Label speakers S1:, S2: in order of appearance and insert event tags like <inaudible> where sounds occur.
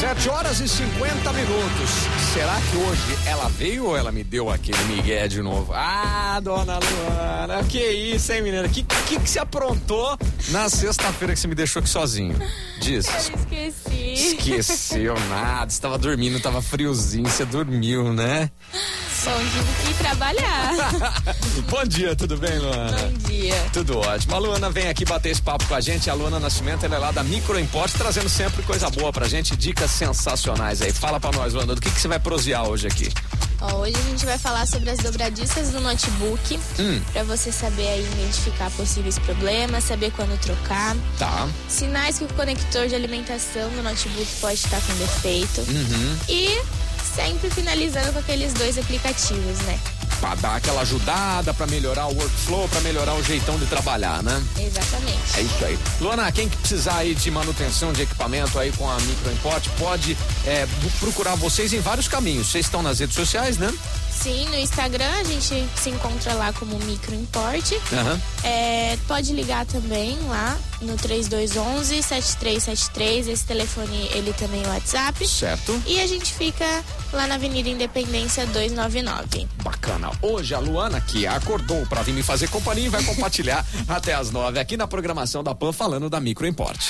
S1: 7 horas e 50 minutos. Será que hoje ela veio ou ela me deu aquele migué de novo? Ah, dona Luana, que isso, hein, menina? Que que, que se aprontou na sexta-feira que você me deixou aqui sozinho? Diz.
S2: Eu esqueci.
S1: Esqueceu nada, estava dormindo, estava friozinho, você dormiu, né?
S2: Bom, tive que ir trabalhar.
S1: Bom dia, tudo bem, Luana?
S2: <laughs> Bom dia.
S1: Tudo ótimo. A Luana vem aqui bater esse papo com a gente. A Luana Nascimento, ela é lá da Micro Import, trazendo sempre coisa boa pra gente, dicas sensacionais aí. Fala pra nós, Luana, do que, que você vai prosear hoje aqui?
S2: Ó, hoje a gente vai falar sobre as dobradiças do notebook, pra você saber aí identificar possíveis problemas, saber quando trocar,
S1: Tá.
S2: sinais que o conector de alimentação do notebook pode estar com defeito e sempre finalizando com aqueles dois aplicativos, né?
S1: Pra dar aquela ajudada, pra melhorar o workflow, pra melhorar o jeitão de trabalhar, né?
S2: Exatamente.
S1: É isso aí. Luana, quem que precisar aí de manutenção de equipamento aí com a Micro Import, pode é, bu- procurar vocês em vários caminhos. Vocês estão nas redes sociais, né?
S2: Sim, no Instagram a gente se encontra lá como Micro Import.
S1: Aham.
S2: É, pode ligar também lá no 3211 7373, esse telefone ele também é WhatsApp.
S1: Certo.
S2: E a gente fica lá na Avenida Independência 299.
S1: Bacana. Hoje a Luana, que acordou pra vir me fazer <laughs> companhia, e vai compartilhar até as nove aqui na programação da PAN falando da Micro Import.